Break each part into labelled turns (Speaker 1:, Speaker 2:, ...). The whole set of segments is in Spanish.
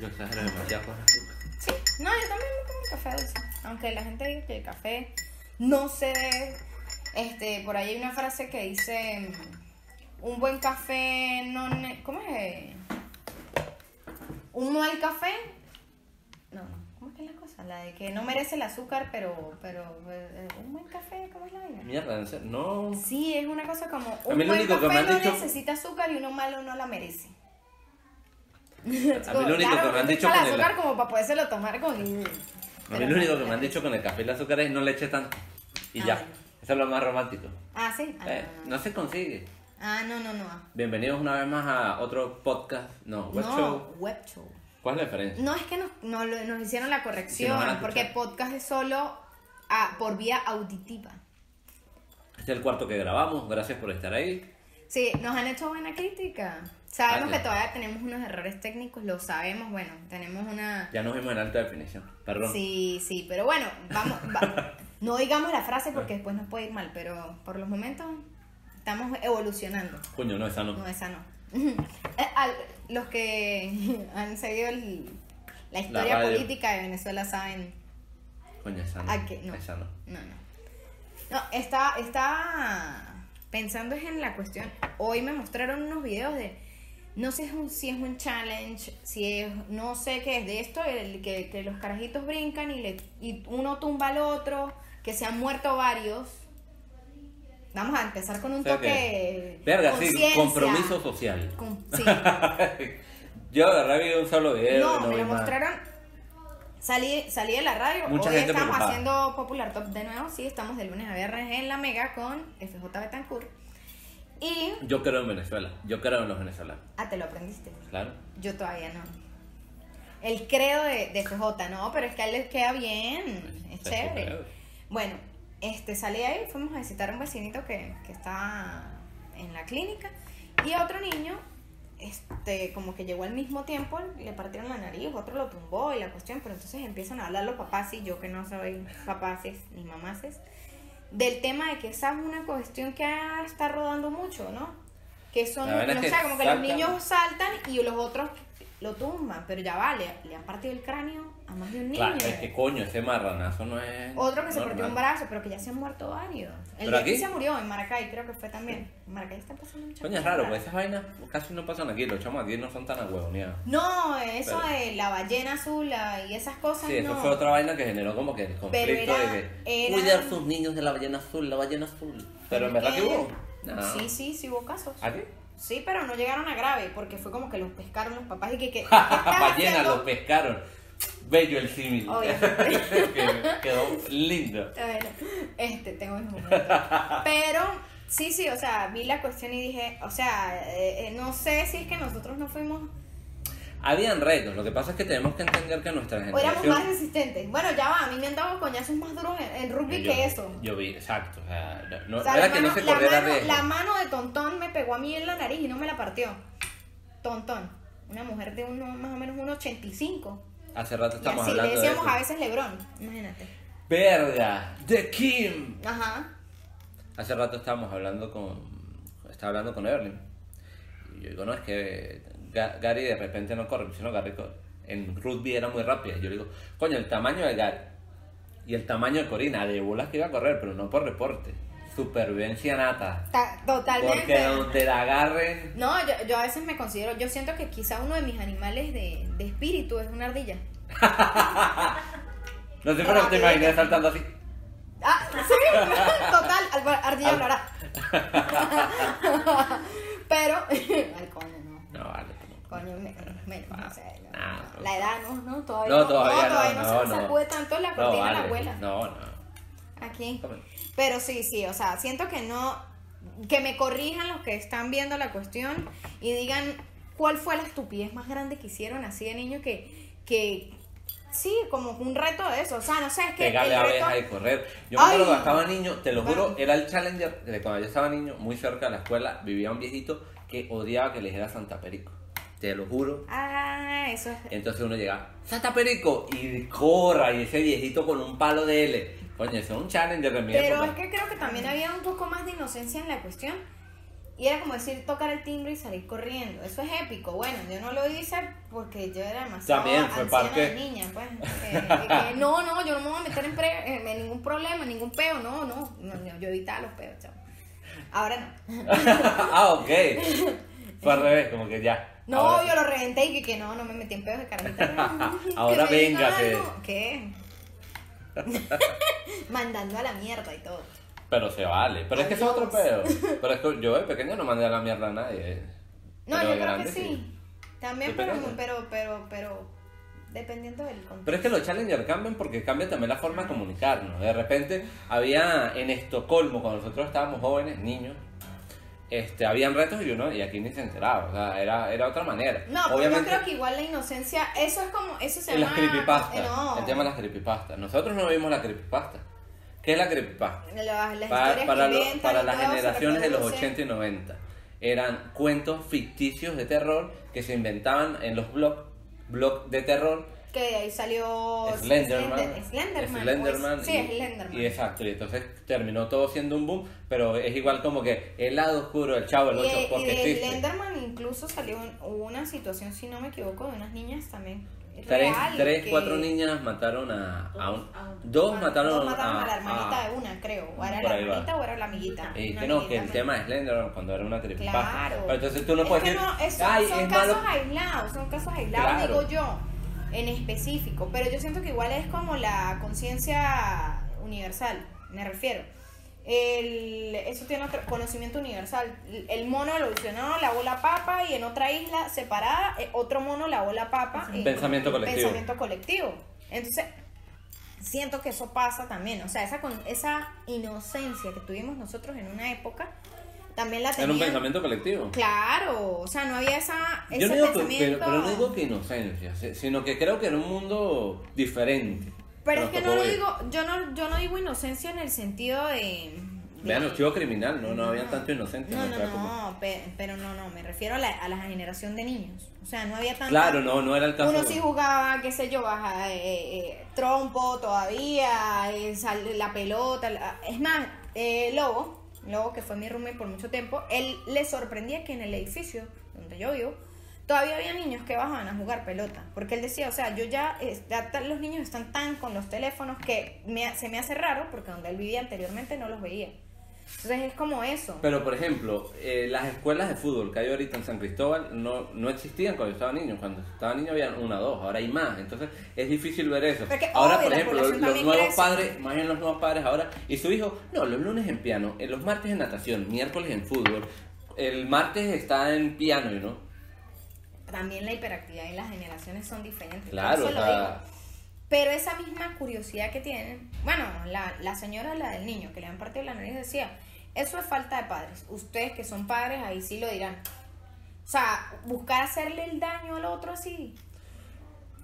Speaker 1: Yo, claro, demasiado con azúcar.
Speaker 2: Sí, no, yo también no tomo café dulce. Aunque la gente diga que el café no se debe. Este, por ahí hay una frase que dice: Un buen café no. ne- ¿Cómo es? Un mal café. No, no. ¿Cómo es que es la cosa? La de que no merece el azúcar, pero. pero eh, un buen café, ¿cómo es la vaina?
Speaker 1: Mierda, en serio, no.
Speaker 2: Sí, es una cosa como. Un
Speaker 1: mí lo
Speaker 2: buen
Speaker 1: único que me
Speaker 2: café
Speaker 1: han
Speaker 2: no
Speaker 1: dicho-
Speaker 2: necesita azúcar y uno malo no la merece.
Speaker 1: A mí lo único que me han dicho
Speaker 2: el
Speaker 1: con el,
Speaker 2: azúcar como para podérselo tomar con
Speaker 1: a mí lo único que me han dicho con el café y el azúcar es no le eches tanto. Y
Speaker 2: Ah,
Speaker 1: ya.
Speaker 2: bueno.
Speaker 1: Eso es lo más romántico.
Speaker 2: Ah, sí. Ah,
Speaker 1: Eh, no se consigue.
Speaker 2: Ah, no, no, no.
Speaker 1: Bienvenidos una vez más a otro podcast. No, web
Speaker 2: no,
Speaker 1: show.
Speaker 2: web show.
Speaker 1: ¿Cuál es la diferencia?
Speaker 2: No es que nos, no lo- nos hicieron la
Speaker 1: Sí, nos
Speaker 2: corrección,
Speaker 1: van a escuchar.
Speaker 2: porque podcast es solo ah, por vía auditiva.
Speaker 1: Este es el cuarto que grabamos. Gracias por estar ahí.
Speaker 2: Sí, nos han hecho buena crítica. Sabemos
Speaker 1: Vale.
Speaker 2: que todavía tenemos unos errores técnicos, lo sabemos, bueno, tenemos una...
Speaker 1: Ya nos vimos en alta definición. Perdón.
Speaker 2: Sí, sí, pero bueno, vamos... va- No digamos la frase
Speaker 1: Ah.
Speaker 2: porque después nos puede ir mal, pero por los momentos estamos evolucionando.
Speaker 1: Coño, no, esa no.
Speaker 2: No, esa no. Eh, al- los que han seguido el- la historia
Speaker 1: radio.
Speaker 2: política de Venezuela saben.
Speaker 1: Coño, esa no.
Speaker 2: ¿A qué? Ah, No.
Speaker 1: Esa no.
Speaker 2: No, no. No, está, está pensando es en la cuestión. Hoy me mostraron unos videos de. No sé es un- si es un challenge, si es. No sé qué es de esto, el que, que los carajitos brincan y, le, y uno tumba al otro, que se han muerto varios. Vamos a empezar con un
Speaker 1: O sea
Speaker 2: toque.
Speaker 1: que- Verga, sí,
Speaker 2: conciencia.
Speaker 1: compromiso social.
Speaker 2: Con- sí.
Speaker 1: Yo agarré vi un solo video.
Speaker 2: No,
Speaker 1: y
Speaker 2: me
Speaker 1: vi
Speaker 2: lo
Speaker 1: más.
Speaker 2: mostraron. Salí, salí de la radio.
Speaker 1: Mucha
Speaker 2: Hoy
Speaker 1: gente
Speaker 2: estamos
Speaker 1: preocupada.
Speaker 2: haciendo Popular Top de nuevo. Sí, estamos de lunes a viernes en la Mega con FJ Betancourt. Y.
Speaker 1: Yo creo en Venezuela. Yo creo en los venezolanos.
Speaker 2: Ah, te lo aprendiste.
Speaker 1: Claro.
Speaker 2: Yo todavía no. El credo de, de FJ, no, pero es que a él le queda bien. Es
Speaker 1: Está
Speaker 2: chévere.
Speaker 1: superado.
Speaker 2: Bueno, este, salí de ahí, fuimos a visitar a un vecinito que, que está en la clínica y a otro niño, este, como que llegó al mismo tiempo, le partieron la nariz, otro lo tumbó y la cuestión, pero entonces empiezan a hablar los papás y yo que no soy papaces ni mamaces, del tema de que esa es una cuestión que ahora está rodando mucho, ¿no? Que son,
Speaker 1: La verdad
Speaker 2: no
Speaker 1: es
Speaker 2: sé,
Speaker 1: que
Speaker 2: como que
Speaker 1: saltan.
Speaker 2: los niños saltan y los otros lo tumban, pero ya vale, le han partido el cráneo a más de un niño.
Speaker 1: Claro, es que coño, ese marranazo no es.
Speaker 2: Otro que se
Speaker 1: normal.
Speaker 2: partió un brazo, pero que ya se han muerto varios. El
Speaker 1: ¿Pero
Speaker 2: de
Speaker 1: aquí?
Speaker 2: aquí se murió, en Maracay creo que fue también. En Maracay está pasando mucho.
Speaker 1: Coño, es raro, pues esas vainas casi no pasan aquí. Los chamos aquí no son tan agüeoneados.
Speaker 2: No, eso
Speaker 1: Pero-
Speaker 2: de la ballena azul la- y esas cosas
Speaker 1: Sí, eso
Speaker 2: no.
Speaker 1: fue otra vaina que generó como que el conflicto
Speaker 2: era-
Speaker 1: de que
Speaker 2: era-
Speaker 1: cuidar sus niños de la ballena azul, la ballena azul. Pero en verdad que
Speaker 2: Eh,
Speaker 1: hubo. No.
Speaker 2: Sí, sí, sí hubo casos.
Speaker 1: ¿A qué?
Speaker 2: Sí, pero no llegaron a grave, porque fue como que los pescaron los papás y que... que ¿qué estás
Speaker 1: Ballena,
Speaker 2: haciendo?
Speaker 1: los pescaron. Bello el símil.
Speaker 2: Obviamente.
Speaker 1: Que- Quedó lindo.
Speaker 2: A ver, este, tengo mis momentos. Pero, sí, sí, o sea, vi la cuestión y dije, o sea, eh, eh, no sé si es que nosotros no fuimos
Speaker 1: Habían retos, lo que pasa es que tenemos que entender que nuestra
Speaker 2: O éramos más
Speaker 1: generación.
Speaker 2: resistentes. Bueno, ya va, a mí me han dado coñazos más duros en, en rugby que eso.
Speaker 1: Yo vi, exacto. O sea, no,
Speaker 2: O sea,
Speaker 1: era
Speaker 2: la,
Speaker 1: que
Speaker 2: mano,
Speaker 1: no se
Speaker 2: la
Speaker 1: corriera
Speaker 2: mano-
Speaker 1: riesgo.
Speaker 2: la mano de Tontón me pegó a mí en la nariz y no me la partió. Tontón, una mujer de uno, más o menos 1,85.
Speaker 1: Hace rato
Speaker 2: Y
Speaker 1: estamos
Speaker 2: así le
Speaker 1: hablando de
Speaker 2: decíamos
Speaker 1: eso.
Speaker 2: a veces Lebrón, imagínate.
Speaker 1: Verga, The Kim.
Speaker 2: Ajá.
Speaker 1: Hace rato estábamos hablando con. Estaba hablando con Evelyn. Y yo digo, no, es que Ga- Gary de repente no corre, sino Gary corre. En rugby era muy rápida. Yo le digo, coño, el tamaño de Gary y el tamaño de Corina, de bolas que iba a correr, pero no por reporte. Supervivencia nata.
Speaker 2: Ta- totalmente.
Speaker 1: Porque donde la agarren.
Speaker 2: No, yo, yo a veces me considero, yo siento que quizá uno de mis animales de, de espíritu es una ardilla.
Speaker 1: No sé, pero te imaginé saltando así.
Speaker 2: Ah, sí, total, al- ardilla
Speaker 1: Al-
Speaker 2: hablará. Pero, al coño, no.
Speaker 1: No, vale.
Speaker 2: Coño, me- menos, no sé, no,
Speaker 1: Ah,
Speaker 2: no.
Speaker 1: no.
Speaker 2: la edad no, no, todavía
Speaker 1: No, todavía
Speaker 2: no, todavía no,
Speaker 1: no,
Speaker 2: se
Speaker 1: no,
Speaker 2: me
Speaker 1: no.
Speaker 2: sacude tanto la cortina
Speaker 1: No,
Speaker 2: de la
Speaker 1: vale.
Speaker 2: abuela.
Speaker 1: No, no.
Speaker 2: Aquí.
Speaker 1: Come.
Speaker 2: Pero sí, sí, o sea, siento que no, que me corrijan los que están viendo la cuestión y digan cuál fue la estupidez más grande que hicieron así de niño que, que sí, como un reto de eso, o sea, no sé, es que
Speaker 1: pegarle
Speaker 2: el
Speaker 1: a
Speaker 2: reto-
Speaker 1: abejas y correr. Yo me acuerdo
Speaker 2: Ay.
Speaker 1: cuando estaba niño, te lo juro,
Speaker 2: Bueno.
Speaker 1: era el challenger de cuando yo estaba niño, muy cerca de la escuela, vivía un viejito que odiaba que le dijera Santa Perico. Te lo juro.
Speaker 2: Ah, eso es...
Speaker 1: Entonces uno llegaba, Santa Perico, y corra, y ese viejito con un palo de L. Coño, eso es un challenger de mi
Speaker 2: Pero
Speaker 1: época.
Speaker 2: es que creo que también había un poco más de inocencia en la cuestión. Y era como decir tocar el timbre y salir corriendo. Eso es épico. Bueno, yo no lo hice porque yo era demasiado
Speaker 1: También fue
Speaker 2: anciana
Speaker 1: parte-
Speaker 2: de niña, pues. que- que no, no, yo no me voy a meter en, pre- en ningún problema, ningún peo. No, no, no, no, yo evitaba los peos, chao. Ahora no.
Speaker 1: ah, ok. Fue al revés, como que ya.
Speaker 2: No,
Speaker 1: Ahora
Speaker 2: yo lo reventé y que, que no, no me metí en peos de carajita.
Speaker 1: Ahora
Speaker 2: Que me digan
Speaker 1: véngase.
Speaker 2: algo. ¿Qué? Mandando a la mierda y todo.
Speaker 1: sí. Pero se vale. Pero es que eso es otro pedo. Pero es que yo de pequeño no mandé a la mierda a nadie.
Speaker 2: No,
Speaker 1: Pero
Speaker 2: yo creo
Speaker 1: de
Speaker 2: que
Speaker 1: grande
Speaker 2: sí. También,
Speaker 1: De
Speaker 2: pero,
Speaker 1: pequeño.
Speaker 2: pero, pero, pero, dependiendo del contexto.
Speaker 1: Pero es que los challengers cambian porque cambia también la forma de comunicarnos. De repente había en Estocolmo, cuando nosotros estábamos jóvenes, niños, este, habían retos y uno, y aquí ni se enteraba. O sea, era, era otra manera.
Speaker 2: No, pero yo creo que igual la inocencia, eso es como, eso se
Speaker 1: en las
Speaker 2: llama...
Speaker 1: creepypastas.
Speaker 2: eh, no,
Speaker 1: El tema de las creepypastas. Nosotros no vimos la creepypasta. ¿Qué es la creepypasta?
Speaker 2: las, las
Speaker 1: Pa-
Speaker 2: historias
Speaker 1: para,
Speaker 2: que
Speaker 1: lo-
Speaker 2: inventan
Speaker 1: para
Speaker 2: y
Speaker 1: las
Speaker 2: todo se
Speaker 1: generaciones de los
Speaker 2: reproducen.
Speaker 1: 80 y 90. Eran cuentos ficticios de terror que se inventaban en los blogs blog de terror.
Speaker 2: Que de ahí salió...
Speaker 1: Slenderman.
Speaker 2: Slender- Slenderman.
Speaker 1: Slenderman
Speaker 2: pues. sí,
Speaker 1: y-
Speaker 2: Slenderman.
Speaker 1: Y exacto, y entonces terminó todo siendo un boom, pero es igual como que el lado oscuro del chavo, el
Speaker 2: Y-
Speaker 1: 8,
Speaker 2: y
Speaker 1: porque
Speaker 2: de
Speaker 1: existe.
Speaker 2: Slenderman incluso salió un- hubo una situación, si no me equivoco, de unas niñas también.
Speaker 1: Tres,
Speaker 2: real,
Speaker 1: tres
Speaker 2: que-
Speaker 1: cuatro niñas mataron a, a un-
Speaker 3: A un-
Speaker 1: dos
Speaker 2: bueno,
Speaker 1: mataron,
Speaker 2: dos mataron a, la hermanita
Speaker 1: a- Ah,
Speaker 2: de una, creo. O era
Speaker 1: Por
Speaker 2: la
Speaker 1: ahí va.
Speaker 2: hermanita o era la amiguita.
Speaker 1: Y
Speaker 2: una
Speaker 1: que no, que
Speaker 2: amiguita
Speaker 1: el
Speaker 2: menor.
Speaker 1: tema de Slenderman cuando era una tripasta.
Speaker 2: Claro.
Speaker 1: Pero entonces tú no
Speaker 2: Es
Speaker 1: puedes
Speaker 2: que
Speaker 1: decir,
Speaker 2: no, es-
Speaker 1: ay,
Speaker 2: son
Speaker 1: es malo.
Speaker 2: casos aislados, son casos aislados,
Speaker 1: Claro.
Speaker 2: digo yo, en específico. Pero yo siento que igual es como la conciencia universal, me refiero. El- eso tiene otro conocimiento universal. El mono evolucionó, lavó la papa y en otra isla separada, eh, otro mono lavó la papa.
Speaker 1: un
Speaker 2: eh,
Speaker 1: pensamiento colectivo.
Speaker 2: Pensamiento colectivo. Entonces, siento que eso pasa también. O sea, esa, con, esa inocencia que tuvimos nosotros en una época, también la
Speaker 1: Era
Speaker 2: tenían.
Speaker 1: un pensamiento colectivo.
Speaker 2: Claro, o sea, no había esa, ese
Speaker 1: Yo no digo que-
Speaker 2: pensamiento.
Speaker 1: pero, pero no digo que inocencia, si- sino que creo que era un mundo diferente.
Speaker 2: Pero es
Speaker 1: nos
Speaker 2: que
Speaker 1: tocó
Speaker 2: no lo
Speaker 1: vivir.
Speaker 2: digo, yo no, yo no digo inocencia en el sentido de. de-
Speaker 1: Vean, los chivos criminal, no, no habían tanto inocentes.
Speaker 2: No,
Speaker 1: ¿no?
Speaker 2: no,
Speaker 1: Era como-
Speaker 2: no, pe- pero no, no, me refiero a la, a la generación de niños. O sea, no había tanto.
Speaker 1: Claro, no, no era el caso.
Speaker 2: Uno sí jugaba, qué sé yo, ajá, eh, eh, eh, trompo todavía, eh, sal- la pelota. la- es más, eh, Lobo, Lobo que fue mi roommate por mucho tiempo, él le sorprendía que en el edificio donde yo vivo todavía había niños que bajaban a jugar pelota. Porque él decía, o sea, yo ya, eh, ya tan- los niños están tan con los teléfonos que me ha- se me hace raro porque donde él vivía anteriormente no los veía. Entonces es como eso.
Speaker 1: Pero, por ejemplo, eh, las escuelas de fútbol que hay ahorita en San Cristóbal no, no existían cuando yo estaba niño. Cuando estaba niño había una o dos, ahora hay más. Entonces es difícil ver eso.
Speaker 2: Porque,
Speaker 1: ahora,
Speaker 2: obvio,
Speaker 1: por
Speaker 2: la
Speaker 1: ejemplo, los,
Speaker 2: población
Speaker 1: los
Speaker 2: también
Speaker 1: nuevos
Speaker 2: crece.
Speaker 1: padres, más bien los nuevos padres ahora, y su hijo, no, los lunes en piano, eh, los martes en natación, miércoles en fútbol, el martes está en piano, ¿no?
Speaker 2: También la hiperactividad y las generaciones son diferentes. por eso
Speaker 1: Claro, o
Speaker 2: lo digo.
Speaker 1: sea,
Speaker 2: Pero esa misma curiosidad que tienen, bueno, la, la señora, la del niño, que le han partido la nariz, decía, eso es falta de padres. Ustedes que son padres, ahí sí lo dirán. O sea, buscar hacerle el daño al otro así.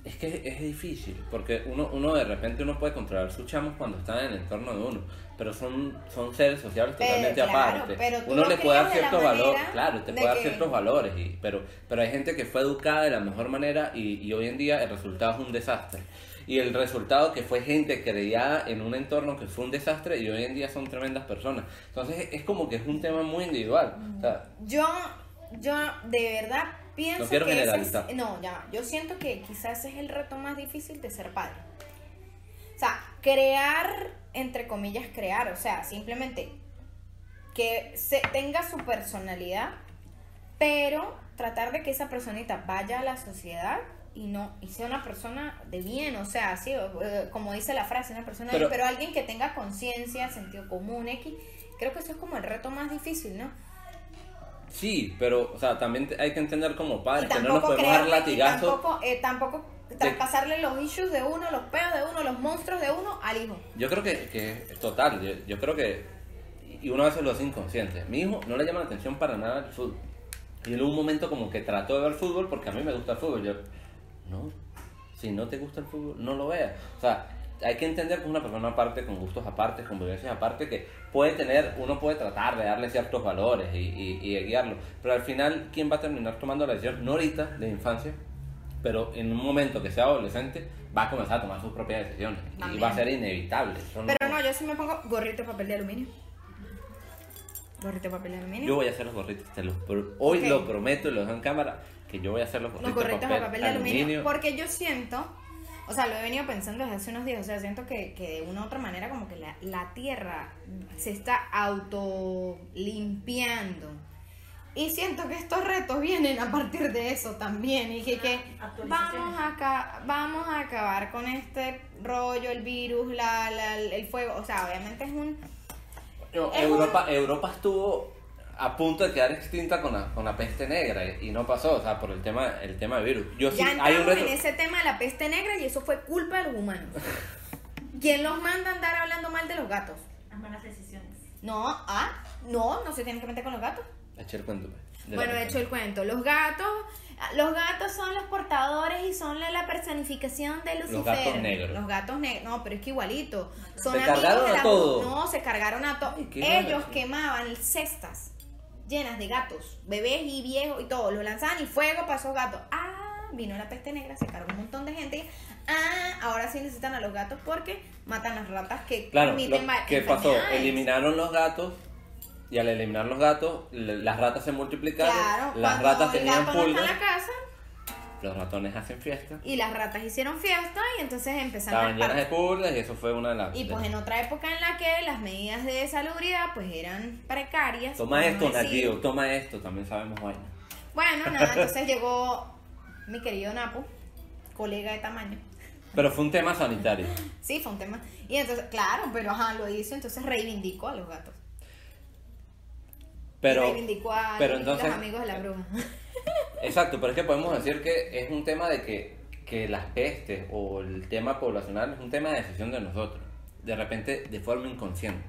Speaker 1: Es que es difícil, porque uno, uno de repente uno puede controlar sus chamos cuando están en el entorno de uno, pero son, son seres sociales
Speaker 2: Pero,
Speaker 1: totalmente
Speaker 2: claro,
Speaker 1: aparte.
Speaker 2: pero tú
Speaker 1: uno
Speaker 2: lo
Speaker 1: le puede dar
Speaker 2: creas de la
Speaker 1: ciertos valores,
Speaker 2: manera
Speaker 1: claro,
Speaker 2: de
Speaker 1: te puede dar
Speaker 2: que-
Speaker 1: ciertos valores, y, pero, pero hay gente que fue educada de la mejor manera y, y hoy en día el resultado es un desastre. Y el resultado que fue gente creada en un entorno que fue un desastre y hoy en día son tremendas personas. Entonces es como que es un tema muy individual. O sea,
Speaker 2: Yo, yo de verdad pienso
Speaker 1: No quiero
Speaker 2: que ese es-
Speaker 1: generalizar.
Speaker 2: no, ya, va. yo siento que quizás ese es el reto más difícil de ser padre. O sea, crear, entre comillas, crear, o sea, simplemente que se tenga su personalidad, pero tratar de que esa personita vaya a la sociedad y no y sea una persona de bien, o sea, así como dice la frase, una persona de
Speaker 1: Pero-
Speaker 2: bien, pero alguien que tenga conciencia, sentido común, X, creo que eso es como el reto más difícil, ¿no?
Speaker 1: sí, pero o sea, también te- hay que entender como
Speaker 2: Y
Speaker 1: padres que no nos
Speaker 2: tampoco
Speaker 1: podemos dar
Speaker 2: creerle, y
Speaker 1: latigazos.
Speaker 2: Tampoco, eh, tampoco traspasarle los issues de uno, los peos de uno, los monstruos de uno al hijo.
Speaker 1: Yo creo que, que es total, yo, yo creo que, y uno a veces lo hace inconsciente, mi hijo no le llama la atención para nada el fútbol. Y él en un momento como que trató de ver fútbol porque a mí me gusta el fútbol. Yo, no, si no te gusta el fútbol, no lo veas. O sea, hay que entender que es una persona aparte, con gustos aparte, con vivencias aparte, que puede tener, uno puede tratar de darle ciertos valores y, y- y de guiarlo. Pero al final, ¿quién va a terminar tomando la decisión? No ahorita, de infancia, pero en un momento que sea adolescente, va a comenzar a tomar sus propias decisiones. Y
Speaker 2: También.
Speaker 1: va a ser inevitable. Eso no-
Speaker 2: Pero no, yo sí me pongo gorrito de papel de aluminio. Gorrito de papel de aluminio.
Speaker 1: Yo voy a hacer los gorritos, te los pro- hoy
Speaker 2: Ok.
Speaker 1: lo prometo y lo dejo en cámara, que yo voy a hacer los gorritos,
Speaker 2: los gorritos de papel de aluminio, porque yo siento, o sea, lo he venido pensando desde hace unos días, o sea, siento que, que de una u otra manera como que la, la tierra se está auto limpiando. Y siento que estos retos vienen a partir de eso también. Y que, que vamos, a, ca- vamos a acabar con este rollo, el virus, la, la- el fuego. O sea, obviamente es un...
Speaker 1: No,
Speaker 2: Es
Speaker 1: Europa, Europa estuvo a punto de quedar extinta con la, con la peste negra y no pasó, o sea, por el tema, el tema del virus. Yo sí,
Speaker 2: Ya
Speaker 1: hay un
Speaker 2: entramos
Speaker 1: reto.
Speaker 2: en ese tema de la peste negra y eso fue culpa de los humanos. ¿Quién los manda a andar hablando mal de los gatos?
Speaker 3: Las malas decisiones.
Speaker 2: No, ah, no, no se tienen que meter con los gatos.
Speaker 1: Eché el cuento, pues, de la
Speaker 2: bueno, he
Speaker 1: peste.
Speaker 2: hecho el cuento. Los gatos, los gatos son los portadores y son la, la personificación de Lucifer.
Speaker 1: gatos negros.
Speaker 2: Los gatos negros. No, pero es que igualito. Son
Speaker 1: Se
Speaker 2: amigos
Speaker 1: cargaron
Speaker 2: de
Speaker 1: a
Speaker 2: la-
Speaker 1: todo.
Speaker 2: No, se cargaron a todo.
Speaker 1: Ay, qué
Speaker 2: Ellos
Speaker 1: mala, sí.
Speaker 2: quemaban cestas llenas de gatos, bebés y viejos y todo. Los lanzaban y fuego para esos gatos. Ah, vino la peste negra, se cargó un montón de gente. Ah, ahora sí necesitan a los gatos porque matan las ratas que
Speaker 1: Claro,
Speaker 2: transmiten
Speaker 1: lo
Speaker 2: ma-
Speaker 1: que pasó,
Speaker 2: enfermedades.
Speaker 1: eliminaron los gatos y al eliminar los gatos, le- las ratas se multiplicaron,
Speaker 2: Claro,
Speaker 1: las
Speaker 2: cuando
Speaker 1: ratas
Speaker 2: el
Speaker 1: tenían
Speaker 2: gato no está en
Speaker 1: pulgas,
Speaker 2: la casa,
Speaker 1: los ratones hacen fiesta,
Speaker 2: Y las ratas hicieron fiesta y entonces
Speaker 1: estaban
Speaker 2: empezaron a
Speaker 1: llenas de pulgas y eso fue una de las...
Speaker 2: Y pues en otra época en la que las medidas de salubridad pues eran precarias.
Speaker 1: Toma
Speaker 2: por no
Speaker 1: esto,
Speaker 2: decir-
Speaker 1: Nagio, toma esto, también sabemos vaina.
Speaker 2: Bueno, nada, entonces llegó mi querido Napo, colega de tamaño.
Speaker 1: Pero fue un tema sanitario.
Speaker 2: Sí, fue un tema. Y entonces, claro, pero ajá, lo hizo, entonces reivindicó a los gatos.
Speaker 1: Pero,
Speaker 2: Y reivindicó a
Speaker 1: pero
Speaker 2: los
Speaker 1: entonces,
Speaker 2: amigos de la bruja.
Speaker 1: Exacto, pero es que podemos decir que es un tema de que, que las pestes o el tema poblacional es un tema de decisión de nosotros. De repente, de forma inconsciente.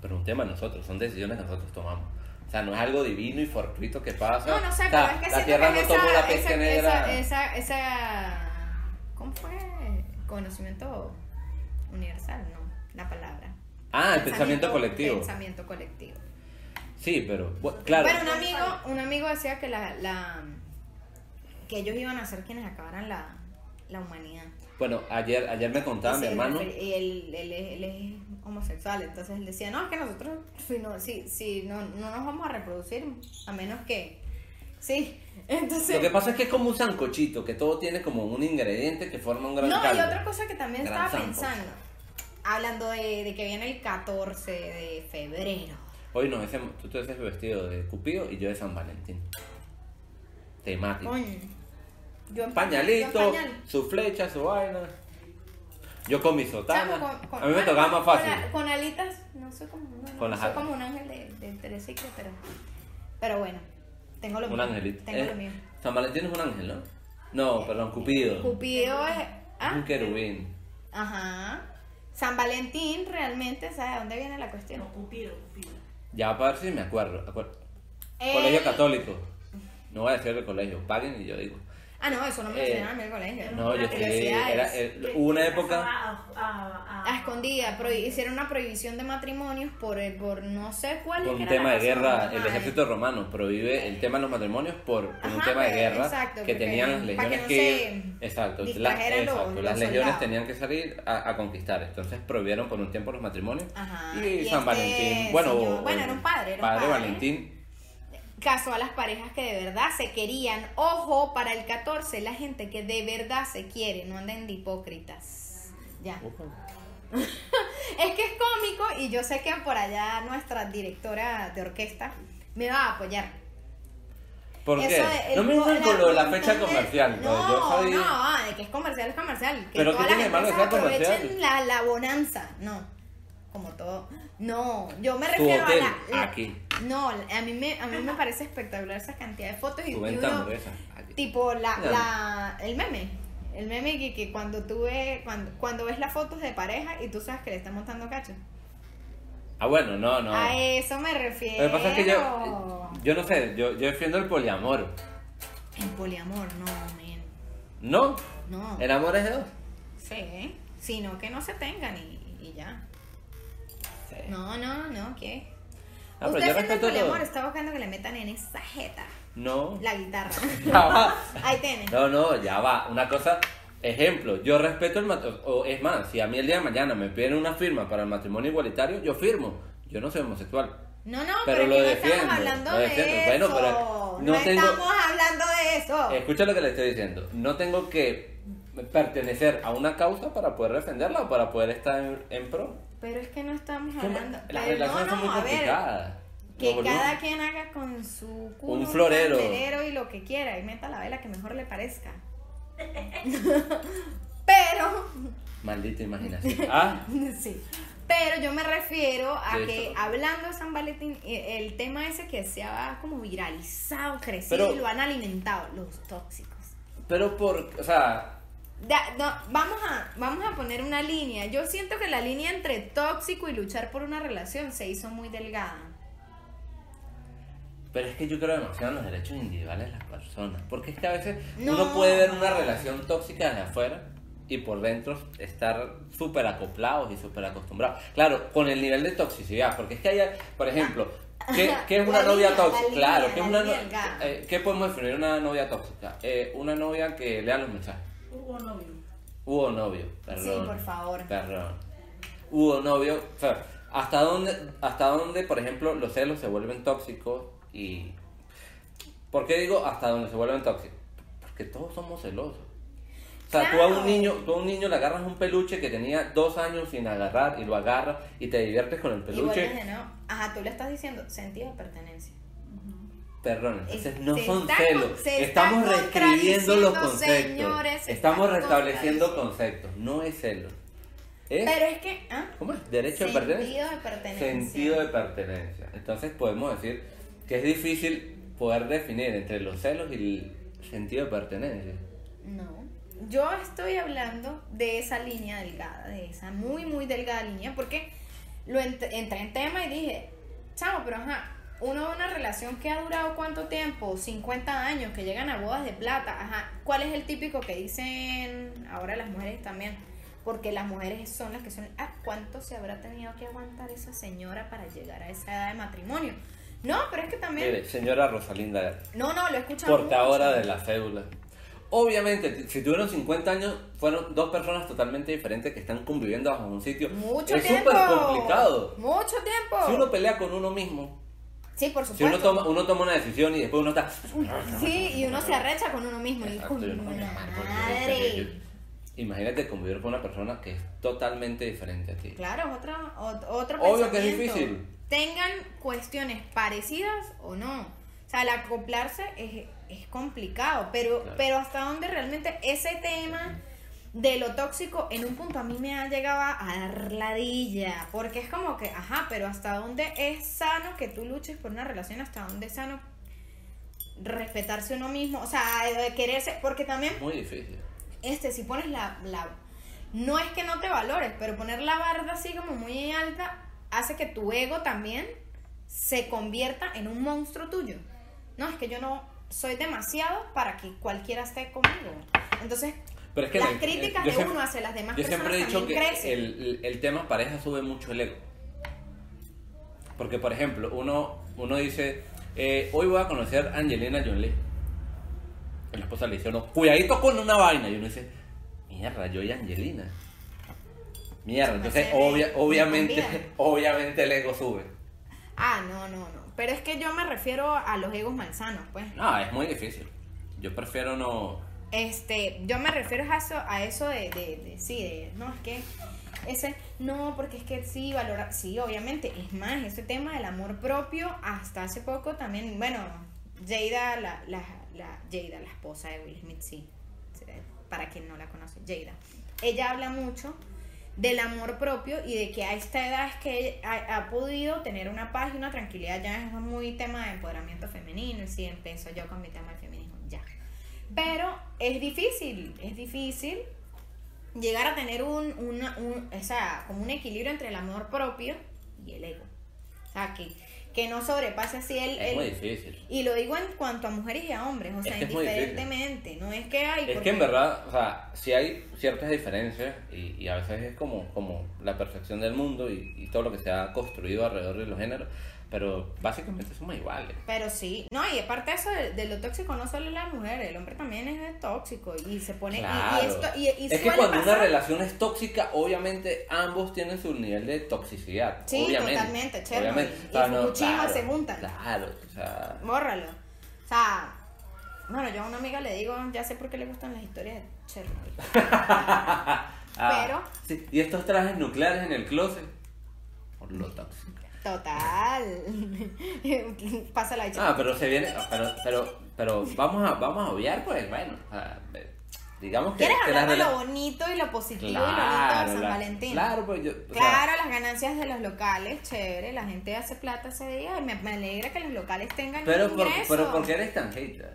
Speaker 1: Pero es un tema de nosotros, son decisiones que nosotros tomamos. O sea, no es algo divino y fortuito que pasa.
Speaker 2: No, no sé,
Speaker 1: O sea,
Speaker 2: pero es que siento
Speaker 1: La tierra
Speaker 2: que
Speaker 1: no
Speaker 2: esa-
Speaker 1: tomó la peste
Speaker 2: esa-
Speaker 1: negra.
Speaker 2: Esa, esa, esa- ¿Cómo fue? Conocimiento universal, no, la palabra.
Speaker 1: Ah, el pensamiento colectivo.
Speaker 2: Pensamiento colectivo.
Speaker 1: Sí, pero bu- claro.
Speaker 2: Bueno, un amigo, un amigo decía que la, la que ellos iban a ser quienes acabaran la, la humanidad.
Speaker 1: Bueno, ayer, ayer me contaba mi
Speaker 2: Entonces, él
Speaker 1: hermano.
Speaker 2: refer- Y él, él es- él es homosexual, entonces él decía, no, es que nosotros si no, si, si no, no nos vamos a reproducir, a menos que... Sí, entonces...
Speaker 1: Lo que pasa es que es como un sancochito, que todo tiene como un ingrediente que forma un gran
Speaker 2: No, y
Speaker 1: caldo.
Speaker 2: otra cosa que también
Speaker 1: Gran
Speaker 2: estaba
Speaker 1: sancocho.
Speaker 2: pensando, hablando de, de que viene el 14 de febrero.
Speaker 1: Hoy nos hacemos, tú te haces vestido de Cupido y yo de San Valentín. Temático.
Speaker 2: Coño. Yo en yo
Speaker 1: Pañalito,
Speaker 2: en pañal.
Speaker 1: su flecha, su vaina. Yo con mi sotana.
Speaker 2: Chamo, con- con-
Speaker 1: a mí me
Speaker 2: ah,
Speaker 1: tocaba
Speaker 2: con-
Speaker 1: más fácil.
Speaker 2: Con, a- con alitas, no soy como, no, no
Speaker 1: Con las
Speaker 2: soy
Speaker 1: alas.
Speaker 2: como un ángel de, de triciclo, pero, pero bueno, tengo lo
Speaker 1: Un
Speaker 2: mío.
Speaker 1: angelito.
Speaker 2: Tengo
Speaker 1: Eh,
Speaker 2: lo mío.
Speaker 1: San Valentín es un ángel, ¿no? No, perdón, Cupido.
Speaker 2: Cupido es.
Speaker 1: Un
Speaker 2: Ah,
Speaker 1: querubín.
Speaker 2: ajá. San Valentín realmente, ¿sabe de dónde viene la cuestión?
Speaker 3: No, Cupido, Cupido.
Speaker 1: Ya para ver si me acuerdo. acuer-
Speaker 2: El-
Speaker 1: Colegio católico. No voy a decir el colegio. Paguen y yo digo.
Speaker 2: Ah, no, eso no me lo
Speaker 1: Eh,
Speaker 2: enseñaron en el colegio.
Speaker 1: No, yo
Speaker 2: Las
Speaker 1: sí.
Speaker 2: universidades.
Speaker 1: Era, era- hubo una época.
Speaker 3: A, a- a-
Speaker 2: A escondida, prohi- hicieron una prohibición de matrimonios por, eh, por no sé cuál
Speaker 1: Por
Speaker 2: que
Speaker 1: un
Speaker 2: era
Speaker 1: tema
Speaker 2: la
Speaker 1: de
Speaker 2: razón,
Speaker 1: guerra,
Speaker 2: ajá,
Speaker 1: el ejército romano prohíbe el tema de los matrimonios por por un
Speaker 2: Ajá,
Speaker 1: tema de
Speaker 2: pero-
Speaker 1: guerra
Speaker 2: exacto,
Speaker 1: que
Speaker 2: porque
Speaker 1: tenían las
Speaker 2: para
Speaker 1: legiones
Speaker 2: que no
Speaker 1: que,
Speaker 2: se
Speaker 1: exacto, la-
Speaker 2: distrajeran los-
Speaker 1: exacto,
Speaker 2: los
Speaker 1: las legiones
Speaker 2: soldados.
Speaker 1: tenían que salir a, a conquistar, entonces prohibieron por un tiempo los matrimonios
Speaker 2: Ajá,
Speaker 1: y,
Speaker 2: y
Speaker 1: San
Speaker 2: este
Speaker 1: Valentín, bueno,
Speaker 2: señor-
Speaker 1: o-
Speaker 2: bueno,
Speaker 1: o-
Speaker 2: era un padre, era un padre.
Speaker 1: Valentín,
Speaker 2: Caso a las parejas que de verdad se querían. Ojo, para el 14, la gente que de verdad se quiere, no anden de hipócritas. Ya. Es que es cómico y yo sé que por allá nuestra directora de orquesta me va a apoyar.
Speaker 1: ¿por
Speaker 2: Eso
Speaker 1: qué?
Speaker 2: de-
Speaker 1: no
Speaker 2: el
Speaker 1: me
Speaker 2: co-
Speaker 1: vengan con lo de la fecha
Speaker 2: entonces,
Speaker 1: comercial, no,
Speaker 2: No,
Speaker 1: yo sabía,
Speaker 2: no, de que es comercial, es comercial. Que
Speaker 1: Pero ¿qué
Speaker 2: todas
Speaker 1: tiene de
Speaker 2: las
Speaker 1: malo que
Speaker 2: empresas
Speaker 1: sea comercial?
Speaker 2: aprovechen la, la bonanza. No, como todo. No, yo me
Speaker 1: Tu
Speaker 2: refiero
Speaker 1: hotel,
Speaker 2: a la, la-
Speaker 1: aquí.
Speaker 2: No, a mí, me, a mí me parece espectacular esa cantidad de fotos y, y
Speaker 1: tu
Speaker 2: uno-
Speaker 1: venta hamburguesa, aquí.
Speaker 2: Tipo la,
Speaker 1: Claro.
Speaker 2: la el meme. El meme que, que cuando tú ves, cuando, cuando ves las fotos de pareja y tú sabes que le están montando cacho.
Speaker 1: ah bueno, no, no,
Speaker 2: A eso me refiero.
Speaker 1: lo que pasa es que yo, yo no sé, yo, yo defiendo el poliamor,
Speaker 2: El poliamor, no, men.
Speaker 1: ¿no?
Speaker 2: No.
Speaker 1: El amor es de dos.
Speaker 2: Sí. Sino que no se tengan y, y ya. No, no, no, ¿qué?
Speaker 1: Ah, pero yo
Speaker 2: Usted defiende el
Speaker 1: respeto
Speaker 2: poliamor,
Speaker 1: todo.
Speaker 2: está buscando que le metan en esa jeta
Speaker 1: No.
Speaker 2: la guitarra.
Speaker 1: Ya va.
Speaker 2: Ahí tienes.
Speaker 1: No, no, ya va. Una cosa, ejemplo, yo respeto el matrimonio. O es más, si a mí el día de mañana me piden una firma para el matrimonio igualitario, yo firmo. Yo no soy homosexual.
Speaker 2: No, no,
Speaker 1: Pero
Speaker 2: pero,
Speaker 1: lo
Speaker 2: es que no
Speaker 1: defiendo,
Speaker 2: estamos hablando
Speaker 1: lo
Speaker 2: de
Speaker 1: defiendo.
Speaker 2: eso.
Speaker 1: Bueno, pero no
Speaker 2: no
Speaker 1: tengo- Eh.
Speaker 2: estamos hablando de eso.
Speaker 1: Escucha lo que le estoy diciendo. No tengo que pertenecer a una causa para poder defenderla o para poder estar en, en pro.
Speaker 2: Pero es que no estamos
Speaker 1: Es que
Speaker 2: hablando.
Speaker 1: Las
Speaker 2: pero no,
Speaker 1: relaciones son
Speaker 2: no,
Speaker 1: muy
Speaker 2: a ver.
Speaker 1: complicadas.
Speaker 2: Que
Speaker 1: No, boludo.
Speaker 2: cada quien haga con su culo
Speaker 1: Un florero.
Speaker 2: candelero y lo que quiera. Y meta la vela que mejor le parezca. pero
Speaker 1: Maldita imaginación. Ah,
Speaker 2: Sí. Pero yo me refiero a
Speaker 1: De
Speaker 2: que
Speaker 1: esto.
Speaker 2: hablando de San Valentín, eh, el tema ese que se ha como viralizado, crecido
Speaker 1: Pero-
Speaker 2: y lo han alimentado, los tóxicos.
Speaker 1: pero por. O sea,
Speaker 2: Da- no, vamos, a, vamos a poner una línea. Yo siento que la línea entre tóxico y luchar por una relación se hizo muy delgada.
Speaker 1: Pero es que yo creo demasiado en los derechos individuales de las personas. Porque es que a veces
Speaker 2: No.
Speaker 1: uno puede ver una relación tóxica desde afuera y por dentro estar súper acoplados y súper acostumbrados. Claro, con el nivel de toxicidad. Porque es que hay, por ejemplo, ¿qué, qué
Speaker 2: Ah, La
Speaker 1: es una
Speaker 2: línea,
Speaker 1: novia
Speaker 2: la
Speaker 1: tóxica?
Speaker 2: línea,
Speaker 1: Claro, ¿qué, es
Speaker 2: la
Speaker 1: una no-
Speaker 2: línea delgada.
Speaker 1: eh, ¿qué podemos definir una novia tóxica? Eh, una novia que lea los mensajes.
Speaker 3: Hubo novio.
Speaker 1: Hubo novio, perdón.
Speaker 2: Sí, por favor.
Speaker 1: Perdón. Hubo novio, o sea, hasta dónde, hasta dónde, por ejemplo, los celos se vuelven tóxicos y... ¿Por qué digo hasta dónde se vuelven tóxicos? Porque todos somos celosos. O sea, tú a un
Speaker 2: Claro.
Speaker 1: niño, tú a un niño le agarras un peluche que tenía dos años sin agarrar y lo agarras y te diviertes con el
Speaker 2: Y vuelves
Speaker 1: peluche.
Speaker 2: de nuevo. Ajá, tú le estás diciendo sentido de pertenencia.
Speaker 1: Perdón, entonces
Speaker 2: Se
Speaker 1: no
Speaker 2: está
Speaker 1: son
Speaker 2: con-
Speaker 1: celos.
Speaker 2: se está
Speaker 1: Estamos reescribiendo los
Speaker 2: contradiciendo,
Speaker 1: conceptos.
Speaker 2: señores, se
Speaker 1: Estamos
Speaker 2: está
Speaker 1: restableciendo
Speaker 2: contradiciendo.
Speaker 1: conceptos, no es celos. Es
Speaker 2: Pero es que. ¿ah?
Speaker 1: ¿Cómo es? Derecho ¿Eh? de pertenencia.
Speaker 2: Sentido de pertenencia.
Speaker 1: Sentido de pertenencia. Entonces podemos decir que es difícil poder definir entre los celos y el sentido de pertenencia.
Speaker 2: No. Yo estoy hablando de esa línea delgada, de esa muy, muy delgada línea, porque lo ent- entré en tema y dije, chamo, pero ajá, uno de una relación que ha durado cuánto tiempo, 50 años, que llegan a bodas de plata, ajá, ¿cuál es el típico que dicen ahora las mujeres también? Porque las mujeres son las que son, ah, ¿cuánto se habrá tenido que aguantar esa señora para llegar a esa edad de matrimonio? No, pero es que también...
Speaker 1: Mire, señora Rosalinda,
Speaker 2: No, no, lo he escuchado.
Speaker 1: portadora
Speaker 2: mucho.
Speaker 1: de la cédula. Obviamente, t- si tuvieron 50 años, fueron dos personas totalmente diferentes que están conviviendo bajo un sitio.
Speaker 2: Mucho
Speaker 1: es
Speaker 2: tiempo.
Speaker 1: súper complicado.
Speaker 2: Mucho tiempo.
Speaker 1: Si uno pelea con uno mismo,
Speaker 2: sí, por
Speaker 1: si uno
Speaker 2: supuesto.
Speaker 1: toma, uno toma una decisión y después uno está...
Speaker 2: Sí, y uno se arrecha con uno mismo. Y
Speaker 1: Exacto,
Speaker 2: con
Speaker 1: yo no me
Speaker 2: la
Speaker 1: amargo, yo- yo-
Speaker 2: madre.
Speaker 1: yo- Imagínate convivir con una persona que es totalmente diferente a ti.
Speaker 2: Claro, es otro, ot- otro
Speaker 1: Obvio que es
Speaker 2: pensamiento.
Speaker 1: difícil.
Speaker 2: Tengan cuestiones parecidas o no. O sea, el acoplarse es, es complicado, pero,
Speaker 1: Claro.
Speaker 2: pero hasta dónde realmente ese tema de lo tóxico en un punto a mí me ha llegado a a dar ladilla, porque es como que, ajá, pero hasta dónde es sano que tú luches por una relación, hasta dónde es sano respetarse uno mismo, o sea, eh, quererse, porque también
Speaker 1: Muy difícil.
Speaker 2: este, si pones la, la- No es que no te valores, pero poner la barda así como muy alta hace que tu ego también se convierta en un monstruo tuyo. No, es que yo no soy demasiado para que cualquiera esté conmigo. Entonces,
Speaker 1: Pero es que
Speaker 2: las
Speaker 1: la-
Speaker 2: críticas
Speaker 1: yo
Speaker 2: de
Speaker 1: siempre-
Speaker 2: uno hacia las demás
Speaker 1: Yo
Speaker 2: personas
Speaker 1: siempre he dicho que
Speaker 2: también crecen.
Speaker 1: el, el tema pareja sube mucho el ego. Porque, por ejemplo, uno, uno dice, eh, hoy voy a conocer a Angelina Jolie. Y la esposa le dice, no, cuidadito con una vaina. Y uno dice, mierda, yo y Angelina. Mierda,
Speaker 2: Se me
Speaker 1: entonces
Speaker 2: hace
Speaker 1: obvia-
Speaker 2: bien,
Speaker 1: obviamente,
Speaker 2: conviene.
Speaker 1: obviamente el ego sube.
Speaker 2: Ah, no, no, no. Pero es que yo me refiero a los egos malsanos, pues.
Speaker 1: No, es muy difícil. Yo prefiero no...
Speaker 2: Este, yo me refiero a eso, a eso de, de, de- sí, de, no, es que ese, no, porque es que sí, valora, sí, obviamente, es más, este tema del amor propio, hasta hace poco también, bueno, Jada, la, la, la- Jada, la esposa de Will Smith, sí, para quien no la conoce, Jada, ella habla mucho del amor propio y de que a esta edad es que ella ha, ha podido tener una paz y una tranquilidad, ya es muy tema de empoderamiento femenino, y sí, empiezo yo con mi tema del feminismo, ya. Pero es difícil, es difícil llegar a tener un, una- un- o sea, como un equilibrio entre el amor propio y el ego. O sea, que, que no sobrepase así el...
Speaker 1: Es
Speaker 2: el-
Speaker 1: muy difícil.
Speaker 2: y lo digo en cuanto a mujeres y a hombres, o sea,
Speaker 1: que es muy difícil.
Speaker 2: indiferentemente, no es que hay...
Speaker 1: Es que en verdad, o sea, sí hay ciertas diferencias y, y a veces es como, como la percepción del mundo y, y todo lo que se ha construido alrededor de los géneros, Pero básicamente somos iguales.
Speaker 2: Pero sí, no, y aparte eso de, de lo tóxico no solo es la mujer, el hombre también es tóxico y se pone... y- Y,
Speaker 1: Claro.
Speaker 2: esto, y, y
Speaker 1: es que
Speaker 2: suele
Speaker 1: cuando
Speaker 2: pasar.
Speaker 1: una relación es tóxica, obviamente ambos tienen su nivel de toxicidad.
Speaker 2: Sí,
Speaker 1: obviamente.
Speaker 2: totalmente, Chernobyl.
Speaker 1: Obviamente.
Speaker 2: Y Fukushima se juntan.
Speaker 1: Claro, o sea,
Speaker 2: Bórralo. O sea, bueno, yo a una amiga le digo, ya sé por qué le gustan las historias de Chernobyl.
Speaker 1: ah, sí, Y estos trajes nucleares en el closet. Por lo tóxico.
Speaker 2: Total. Pasa la
Speaker 1: Ah, pero se viene. Pero, pero, pero vamos a, vamos a obviar, pues, bueno. o sea, eh, digamos que.
Speaker 2: ¿Quieres
Speaker 1: que
Speaker 2: hablar de
Speaker 1: rela-
Speaker 2: lo bonito y lo positivo y lo bonito de
Speaker 1: Claro,
Speaker 2: San
Speaker 1: la-
Speaker 2: Valentín?
Speaker 1: Claro, pues yo. o sea,
Speaker 2: Claro, las ganancias de los locales, chévere, la gente hace plata ese día y me, me alegra que los locales tengan
Speaker 1: pero,
Speaker 2: un
Speaker 1: por,
Speaker 2: ingreso.
Speaker 1: pero ¿por qué eres tan hater?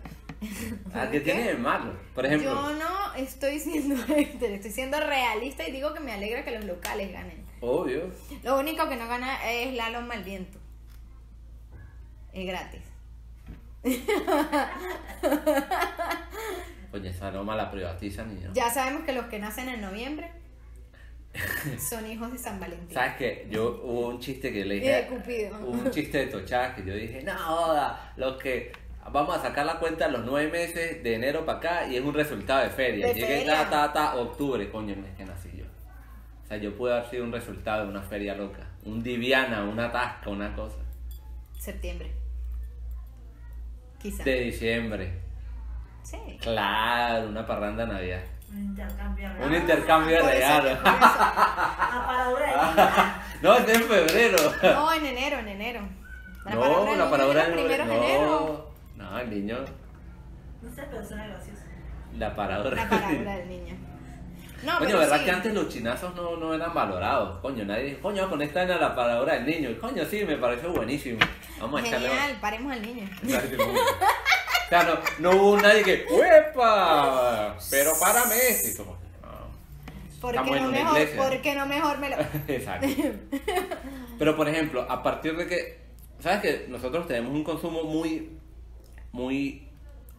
Speaker 1: ¿A
Speaker 2: ¿Por
Speaker 1: qué
Speaker 2: qué?
Speaker 1: tiene de malo? Por ejemplo.
Speaker 2: Yo no estoy siendo hater, estoy siendo realista y digo que me alegra que los locales ganen.
Speaker 1: Obvio.
Speaker 2: Lo único que no gana es Lalo Malviento. Es gratis.
Speaker 1: Oye, esa loma la privatizan y no.
Speaker 2: Ya sabemos que los que nacen en noviembre son hijos de San Valentín.
Speaker 1: ¿Sabes qué? Yo hubo un chiste que le
Speaker 2: Y
Speaker 1: dije.
Speaker 2: de Cupido.
Speaker 1: Hubo un chiste de Tochá que yo dije, no, joda, los que vamos a sacar la cuenta los nueve meses de enero para acá y es un resultado de feria.
Speaker 2: De
Speaker 1: Llegué
Speaker 2: feria.
Speaker 1: ta, ta, ta, octubre, coño, el mes que nací yo. O sea, yo pude haber sido un resultado de una feria loca. Un Diviana, una tasca, una cosa.
Speaker 2: Septiembre. Quizá.
Speaker 1: De diciembre.
Speaker 2: Sí.
Speaker 1: Claro, una parranda de Navidad.
Speaker 3: Un intercambio
Speaker 1: Un
Speaker 3: real. Ah,
Speaker 1: intercambio de
Speaker 2: Por eso que-
Speaker 1: regalos.
Speaker 2: por eso-
Speaker 3: A paradura de niños.
Speaker 1: No, es en febrero.
Speaker 2: No, en enero, en enero.
Speaker 1: No, la palabra
Speaker 2: del niño es los primeros de enero.
Speaker 1: No, no, el niño.
Speaker 3: No sé, pero suena gracioso.
Speaker 1: La paradora.
Speaker 2: La palabra del niño. No,
Speaker 1: coño,
Speaker 2: pero
Speaker 1: ¿verdad
Speaker 2: Ah, sí.
Speaker 1: que antes los chinazos no, no eran valorados? Coño, nadie dijo, coño, conectan a la palabra del niño. Y, Coño, sí, me pareció buenísimo. Vamos a echarle.
Speaker 2: Genial, paremos al niño.
Speaker 1: Exacto. O sea, no, no hubo nadie que, ¡Uepa! Pero para Messi. Como, no.
Speaker 2: ¿Por
Speaker 1: Estamos
Speaker 2: qué
Speaker 1: en
Speaker 2: no
Speaker 1: una
Speaker 2: mejor?
Speaker 1: iglesia.
Speaker 2: ¿Por qué no mejor me lo.?
Speaker 1: Exacto. Pero por ejemplo, a partir de que. ¿Sabes que Nosotros tenemos un consumo muy. Muy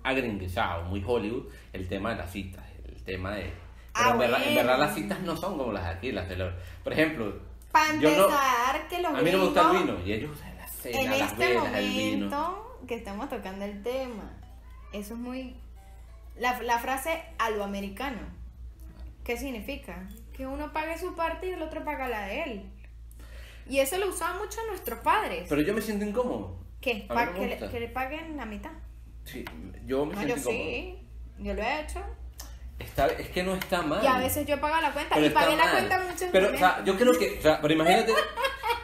Speaker 1: agringuizado, muy Hollywood, el tema de las citas, el tema de. Pero
Speaker 2: Ah,
Speaker 1: en, verdad, en
Speaker 2: bueno.
Speaker 1: verdad las citas no son como las de aquí, las de los. Por ejemplo,
Speaker 2: Para
Speaker 1: yo no-
Speaker 2: empezar, que los
Speaker 1: a mí no me gusta el
Speaker 2: gringos-
Speaker 1: vino. Y ellos usan la cena,
Speaker 2: en
Speaker 1: las
Speaker 2: este
Speaker 1: velas, el vino.
Speaker 2: momento que estamos tocando el tema, eso es muy. La, la frase a lo americano, ¿qué significa? Que uno pague su parte y el otro paga la de él. Y eso lo usaban mucho nuestros padres.
Speaker 1: Pero yo me siento incómodo.
Speaker 2: ¿Qué?
Speaker 1: a mí
Speaker 2: Pa-
Speaker 1: no me
Speaker 2: que, le,
Speaker 1: gusta.
Speaker 2: que le paguen la mitad.
Speaker 1: Sí, yo me
Speaker 2: No,
Speaker 1: siento
Speaker 2: yo
Speaker 1: incómodo.
Speaker 2: sí, yo lo he hecho.
Speaker 1: Está- es que no está mal.
Speaker 2: Y a veces yo pago la cuenta.
Speaker 1: Ah. Pero
Speaker 2: y
Speaker 1: está
Speaker 2: pagué la
Speaker 1: mal.
Speaker 2: cuenta muchas
Speaker 1: Pero, o
Speaker 2: veces.
Speaker 1: sea, yo creo que, o sea, pero imagínate,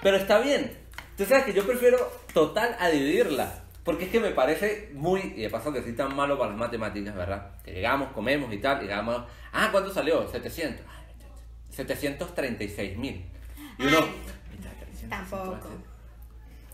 Speaker 1: pero está bien. Tú sabes que yo prefiero total a dividirla. Porque es que me parece muy, y de paso que soy tan malo para las matemáticas, ¿verdad? Que llegamos, comemos y tal, llegamos, ah, ¿cuánto salió? 700. 736 mil. Y uno,
Speaker 2: Ay, tampoco.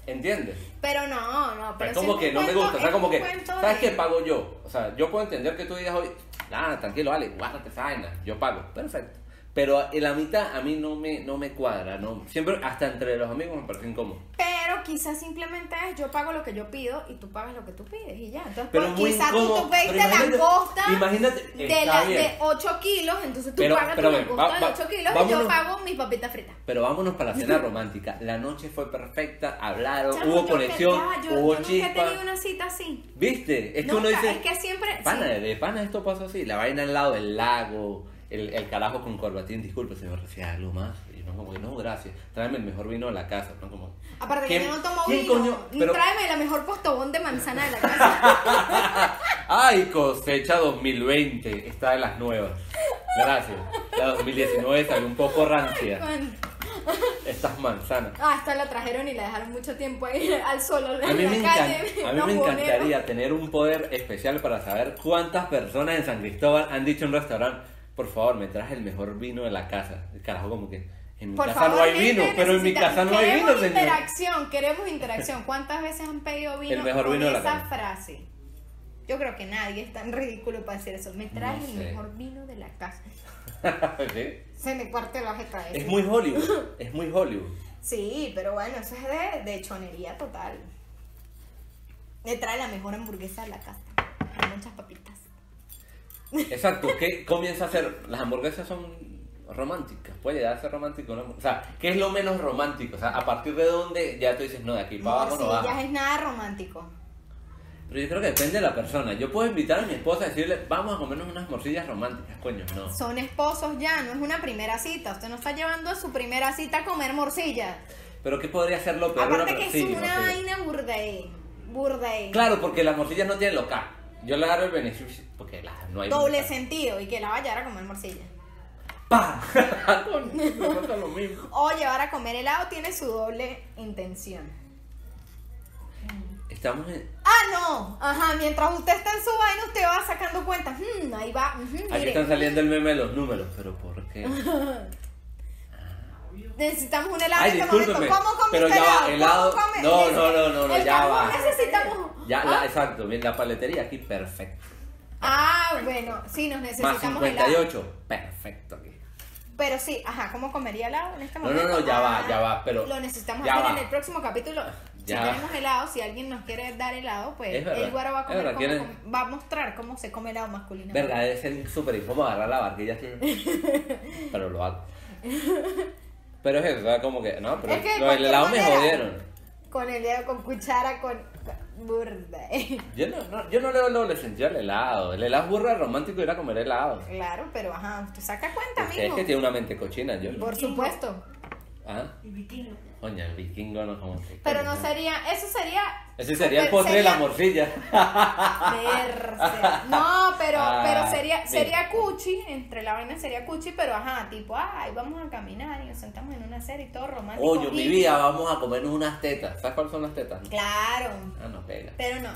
Speaker 1: ¿Entiendes?
Speaker 2: Pero no, no, pero
Speaker 1: es
Speaker 2: si
Speaker 1: como
Speaker 2: un
Speaker 1: que no me
Speaker 2: cuento-
Speaker 1: gusta, o sea,
Speaker 2: es
Speaker 1: como
Speaker 2: un
Speaker 1: que,
Speaker 2: cuento
Speaker 1: ¿sabes
Speaker 2: de-
Speaker 1: qué pago yo? O sea, yo puedo entender que tú digas hoy, nada, tranquilo, vale, guárdate esa vaina, yo pago, perfecto. Pero en la mitad a mí no me, no me cuadra, no, siempre, hasta entre los amigos me parece incómodo.
Speaker 2: Pero quizás simplemente es yo pago lo que yo pido y tú pagas lo que tú pides y ya. Entonces,
Speaker 1: Pero
Speaker 2: pues,
Speaker 1: muy
Speaker 2: quizás tú,
Speaker 1: incómodo,
Speaker 2: tú pediste
Speaker 1: pero imagínate-
Speaker 2: langosta
Speaker 1: imagínate,
Speaker 2: de,
Speaker 1: está
Speaker 2: la-
Speaker 1: bien.
Speaker 2: de 8 kilos, entonces tú
Speaker 1: Pero-
Speaker 2: pagas
Speaker 1: pero
Speaker 2: tu
Speaker 1: ven,
Speaker 2: langosta
Speaker 1: va-
Speaker 2: de
Speaker 1: va-
Speaker 2: 8 kilos y yo
Speaker 1: vámonos.
Speaker 2: pago mis papitas fritas.
Speaker 1: Pero vámonos para la cena romántica, la noche fue perfecta, hablaron,
Speaker 2: Chamo,
Speaker 1: hubo
Speaker 2: yo
Speaker 1: conexión,
Speaker 2: que- ya, yo,
Speaker 1: hubo
Speaker 2: yo
Speaker 1: chispa.
Speaker 2: Nunca he tenido una cita así.
Speaker 1: ¿Viste? Es que uno
Speaker 2: Nunca,
Speaker 1: dice,
Speaker 2: es que siempre.
Speaker 1: pana,
Speaker 2: sí.
Speaker 1: de pana esto pasó así, la vaina al lado del lago, el, el carajo con corbatín, disculpe, señor, ¿recibe algo más? Y uno como que, no, gracias, tráeme el mejor vino de la casa, uno como...
Speaker 2: Aparte que
Speaker 1: ¿quién-
Speaker 2: yo no tomo
Speaker 1: quién
Speaker 2: vino.
Speaker 1: coño?
Speaker 2: Y
Speaker 1: Pero-
Speaker 2: Tráeme la mejor postobón de manzana de la casa.
Speaker 1: ¡Ay, cosecha 2020! Está de las nuevas. Gracias. La 2019 salió un poco rancia.
Speaker 2: Con-
Speaker 1: Estas manzanas.
Speaker 2: Ah, esta la trajeron y la dejaron mucho tiempo ahí al sol en la
Speaker 1: A mí me, encan-
Speaker 2: calle.
Speaker 1: a mí
Speaker 2: los
Speaker 1: me
Speaker 2: boneros.
Speaker 1: encantaría tener un poder especial para saber cuántas personas en San Cristóbal han dicho en un restaurante, por favor, me traes el mejor vino de la casa. El carajo, como que en mi
Speaker 2: Por
Speaker 1: casa
Speaker 2: favor,
Speaker 1: no hay
Speaker 2: gente,
Speaker 1: vino, pero en mi
Speaker 2: necesita-
Speaker 1: casa no hay vino,
Speaker 2: Queremos
Speaker 1: señor.
Speaker 2: interacción, queremos interacción. ¿Cuántas veces han pedido vino
Speaker 1: El mejor
Speaker 2: con
Speaker 1: vino de la
Speaker 2: esa
Speaker 1: calle.
Speaker 2: frase? Yo creo que nadie es tan ridículo para decir eso. Me traes
Speaker 1: No
Speaker 2: el
Speaker 1: sé.
Speaker 2: mejor vino de la casa.
Speaker 1: Sí.
Speaker 2: Se me cuarte lo vas a traer.
Speaker 1: Es muy Hollywood, es muy Hollywood.
Speaker 2: Sí, pero bueno, eso es de, de chonería total. Me trae la mejor hamburguesa de la casa. Con muchas papitas.
Speaker 1: Exacto, que comienza a hacer? Las hamburguesas son romántica. Puede llegar a ser romántico. una mu- O sea, ¿qué es lo menos romántico? O sea, a partir de dónde ya tú dices, no, de aquí para abajo no
Speaker 2: sí,
Speaker 1: baja.
Speaker 2: ya es nada romántico.
Speaker 1: Pero yo creo que depende de la persona. Yo puedo invitar a mi esposa a decirle, vamos a comernos unas morcillas románticas, coño, no.
Speaker 2: Son esposos ya, no es una primera cita. Usted no está llevando a su primera cita a comer morcilla.
Speaker 1: Pero ¿qué podría ser lo peor?
Speaker 2: Aparte
Speaker 1: Una-
Speaker 2: que es
Speaker 1: sí,
Speaker 2: una
Speaker 1: morcilla.
Speaker 2: vaina burdey. Burdey.
Speaker 1: Claro, porque las morcillas no tienen local. Yo le agarro el beneficio porque las- no hay
Speaker 2: Doble
Speaker 1: local.
Speaker 2: sentido y que la vaya a llevar a comer morcilla.
Speaker 1: ¡Pah! Coño, me pasa lo mismo.
Speaker 2: O llevar a comer helado tiene su doble intención.
Speaker 1: Estamos en...
Speaker 2: Ah, no. Ajá, mientras usted está en su vaina, usted va sacando cuentas. Hmm, ahí va. ujú,
Speaker 1: Aquí
Speaker 2: mire.
Speaker 1: están saliendo el meme de los números, pero ¿por qué?
Speaker 2: Necesitamos un helado
Speaker 1: Ay,
Speaker 2: en este momento.
Speaker 1: discúlpeme,
Speaker 2: ¿Cómo comiste
Speaker 1: pero ya va,
Speaker 2: helado? ¿Cómo
Speaker 1: helado-
Speaker 2: come?
Speaker 1: no,
Speaker 2: Dice,
Speaker 1: no, no, no, no,
Speaker 2: el
Speaker 1: ya
Speaker 2: carbón
Speaker 1: va.
Speaker 2: necesitamos.
Speaker 1: Ya,
Speaker 2: ¿Ah?
Speaker 1: la, exacto, bien, la paletería aquí, perfecto.
Speaker 2: Ah, bueno, sí, nos
Speaker 1: Más
Speaker 2: necesitamos helado.
Speaker 1: 58, perfecto aquí.
Speaker 2: Pero sí, ajá, ¿cómo comería helado en este
Speaker 1: No, no,
Speaker 2: momento?
Speaker 1: no, ya va,
Speaker 2: Ah,
Speaker 1: ya va, pero-
Speaker 2: Lo necesitamos
Speaker 1: ya
Speaker 2: hacer
Speaker 1: va.
Speaker 2: en el próximo capítulo.
Speaker 1: Ya
Speaker 2: si
Speaker 1: va.
Speaker 2: tenemos helado, si alguien nos quiere dar helado, pues
Speaker 1: Es verdad,
Speaker 2: el guaro va a,
Speaker 1: es
Speaker 2: comer
Speaker 1: verdad,
Speaker 2: cómo
Speaker 1: tiene-
Speaker 2: com- va a mostrar cómo se come helado masculino.
Speaker 1: Verga, debe ser súper incómodo agarrar la barquilla así. Pero lo hago. Pero es eso, o sea, como que, no, pero
Speaker 2: Es que de
Speaker 1: los
Speaker 2: cualquier
Speaker 1: helados me
Speaker 2: manera.
Speaker 1: jodieron.
Speaker 2: Con el dedo, con cuchara, con. con- burda.
Speaker 1: Yo no, no, yo no le doy doble sentido al helado. El helado burro romántico era comer helado.
Speaker 2: claro, pero ajá, usted saca cuenta,
Speaker 1: Usted es
Speaker 2: amigo.
Speaker 1: que tiene una mente cochina, yo. no.
Speaker 2: Por supuesto.
Speaker 1: Ah,
Speaker 3: Y vikingo.
Speaker 1: coño, el vikingo no como que.
Speaker 2: Pero no
Speaker 1: coño,
Speaker 2: sería, eso sería.
Speaker 1: Ese sería el
Speaker 2: super-
Speaker 1: postre de la
Speaker 2: sería-
Speaker 1: morcilla.
Speaker 2: Verse. No, pero,
Speaker 1: Ah,
Speaker 2: pero sería,
Speaker 1: mira.
Speaker 2: sería cuchi, entre la vaina sería cuchi, pero ajá, tipo, ay, vamos a caminar y nos sentamos en una serie y todo romántico.
Speaker 1: Oye, mi
Speaker 2: Y-
Speaker 1: vida, vamos a comernos unas tetas. ¿Sabes cuáles son las tetas? no?
Speaker 2: Claro,
Speaker 1: Ah, no, pega.
Speaker 2: pero no.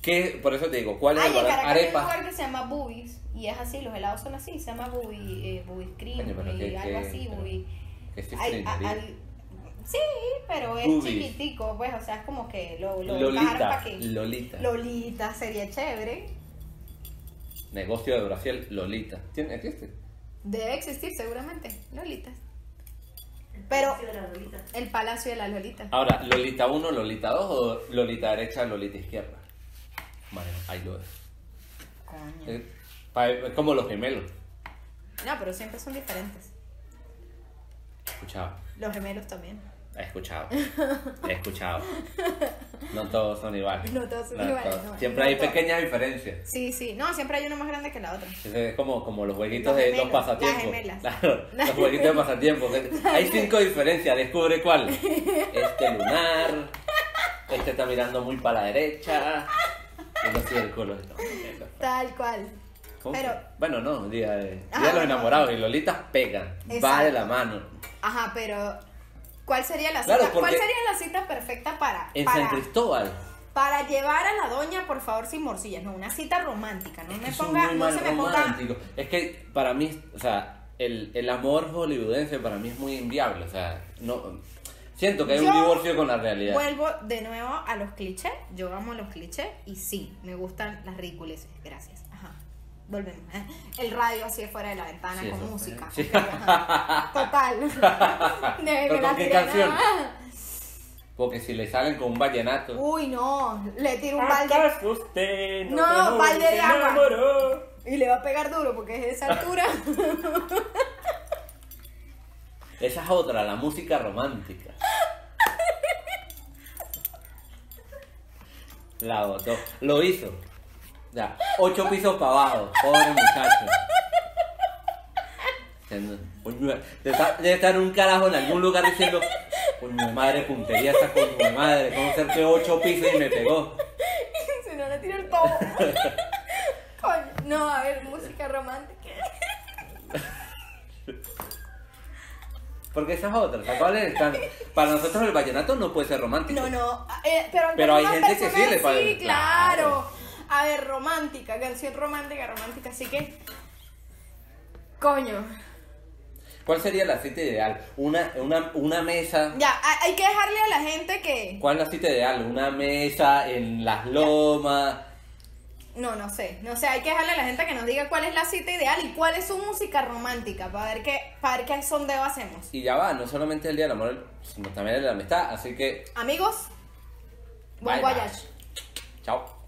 Speaker 1: ¿Qué? Por eso te digo, ¿cuál es
Speaker 2: Ay,
Speaker 1: el
Speaker 2: en
Speaker 1: valor?
Speaker 2: Caracas hay un
Speaker 1: Arepas.
Speaker 2: lugar que se llama Boobies y es así, los helados son así, se llama Booby, eh, Boobies Cream
Speaker 1: Coño, pero
Speaker 2: y
Speaker 1: qué-
Speaker 2: algo
Speaker 1: qué-
Speaker 2: así,
Speaker 1: pero-
Speaker 2: Booby.
Speaker 1: Que es
Speaker 2: Ay, a-
Speaker 1: chingonería.
Speaker 2: al- sí, pero es
Speaker 1: Boobies.
Speaker 2: chiquitico, pues, o sea, es como que lo, lo
Speaker 1: Lolita.
Speaker 2: para que...
Speaker 1: Lolita.
Speaker 2: Lolita sería chévere.
Speaker 1: Negocio de Brasil, Lolita. ¿Tiene, ¿Existe?
Speaker 2: Debe existir seguramente, Lolitas.
Speaker 3: El
Speaker 2: Pero-
Speaker 3: precio de la lolita.
Speaker 2: El Palacio de la Lolita.
Speaker 1: Ahora, Lolita 1, Lolita 2 o Lolita derecha, Lolita izquierda. Vale, ahí lo es.
Speaker 2: Coño.
Speaker 1: Es, pa- es como los gemelos.
Speaker 2: No, pero siempre son diferentes.
Speaker 1: Escuchaba,
Speaker 2: Los gemelos también.
Speaker 1: he escuchado, he escuchado. No todos son iguales.
Speaker 2: No todos son iguales, no,
Speaker 1: Siempre
Speaker 2: no
Speaker 1: hay
Speaker 2: todos.
Speaker 1: pequeñas diferencias.
Speaker 2: Sí, sí. No, siempre hay uno más grande que la otra.
Speaker 1: Entonces, Es como, como los jueguitos
Speaker 2: Los
Speaker 1: de
Speaker 2: gemelos,
Speaker 1: los pasatiempos.
Speaker 2: las gemelas.
Speaker 1: Claro, los jueguitos de pasatiempos. Hay cinco diferencias, descubre cuál. Este lunar, este está mirando muy para la derecha. Y los círculos.
Speaker 2: Tal cual.
Speaker 1: ¿Cómo?
Speaker 2: Pero-
Speaker 1: bueno, no, día de, día
Speaker 2: Ah,
Speaker 1: de los
Speaker 2: bueno.
Speaker 1: enamorados y Lolita pega, va
Speaker 2: Exacto.
Speaker 1: de la mano.
Speaker 2: Ajá, pero ¿cuál sería la cita?
Speaker 1: Claro, porque-
Speaker 2: ¿Cuál sería la cita perfecta para
Speaker 1: En
Speaker 2: para,
Speaker 1: San Cristóbal.
Speaker 2: para llevar a la doña, por favor, sin morcillas? No, una cita romántica, no
Speaker 1: es que
Speaker 2: me
Speaker 1: soy
Speaker 2: ponga,
Speaker 1: muy
Speaker 2: no
Speaker 1: mal
Speaker 2: se me ponga.
Speaker 1: romántico. Es que para mí, o sea, el, el amor hollywoodense para mí es muy inviable. O sea, no siento que hay un
Speaker 2: Yo-
Speaker 1: divorcio con la realidad.
Speaker 2: Vuelvo de nuevo a los clichés. Yo amo los clichés y sí, me gustan las ridiculeces. Gracias. Ajá. Volvemos. ¿eh? El radio así fuera de la ventana
Speaker 1: Sí,
Speaker 2: con
Speaker 1: eso,
Speaker 2: música.
Speaker 1: sí.
Speaker 2: Ok, ajá. Total. De
Speaker 1: ¿Pero con qué
Speaker 2: sirena.
Speaker 1: canción? Porque si le salen con un vallenato.
Speaker 2: Uy, no. Le tiro un balde
Speaker 1: Ah, ¿Acaso usted
Speaker 2: No,
Speaker 1: conoce
Speaker 2: balde de
Speaker 1: el
Speaker 2: agua.
Speaker 1: amor?
Speaker 2: y le va a pegar duro porque es de esa altura.
Speaker 1: Esa es otra, la música romántica. La botó. Lo hizo. Ya, ocho pisos para abajo. Pobre muchacho. Tendo- coño, Debe estar- debe estar un carajo en algún lugar diciendo, coño de madre, puntería esa coño de madre, cómo ser que ocho pisos y me pegó.
Speaker 2: si no, le tiro el pavo. Coño. No, a ver, música romántica.
Speaker 1: Porque esa es otra. o sea, ¿cuál es? Tan- Para nosotros el vallenato no puede ser romántico.
Speaker 2: No, no. eh, pero,
Speaker 1: Pero hay
Speaker 2: algunas
Speaker 1: gente que sí
Speaker 2: personas
Speaker 1: le Ah, parece-
Speaker 2: Sí, claro.
Speaker 1: claro.
Speaker 2: A ver, romántica, canción romántica, romántica. Así que. Coño.
Speaker 1: ¿Cuál sería la cita ideal? Una, una, una mesa.
Speaker 2: Ya, hay- hay que dejarle a la gente que.
Speaker 1: ¿Cuál es la cita ideal? ¿Una mesa en las lomas?
Speaker 2: No, no sé. No sé, hay que dejarle a la gente que nos diga cuál es la cita ideal y cuál es su música romántica. Para ver qué, para ver qué sondeo hacemos.
Speaker 1: Y ya va, no solamente el Día del Amor, sino también el de la amistad. Así que,
Speaker 2: Amigos, buen
Speaker 1: Bye, bye.
Speaker 2: voyage.
Speaker 1: chao.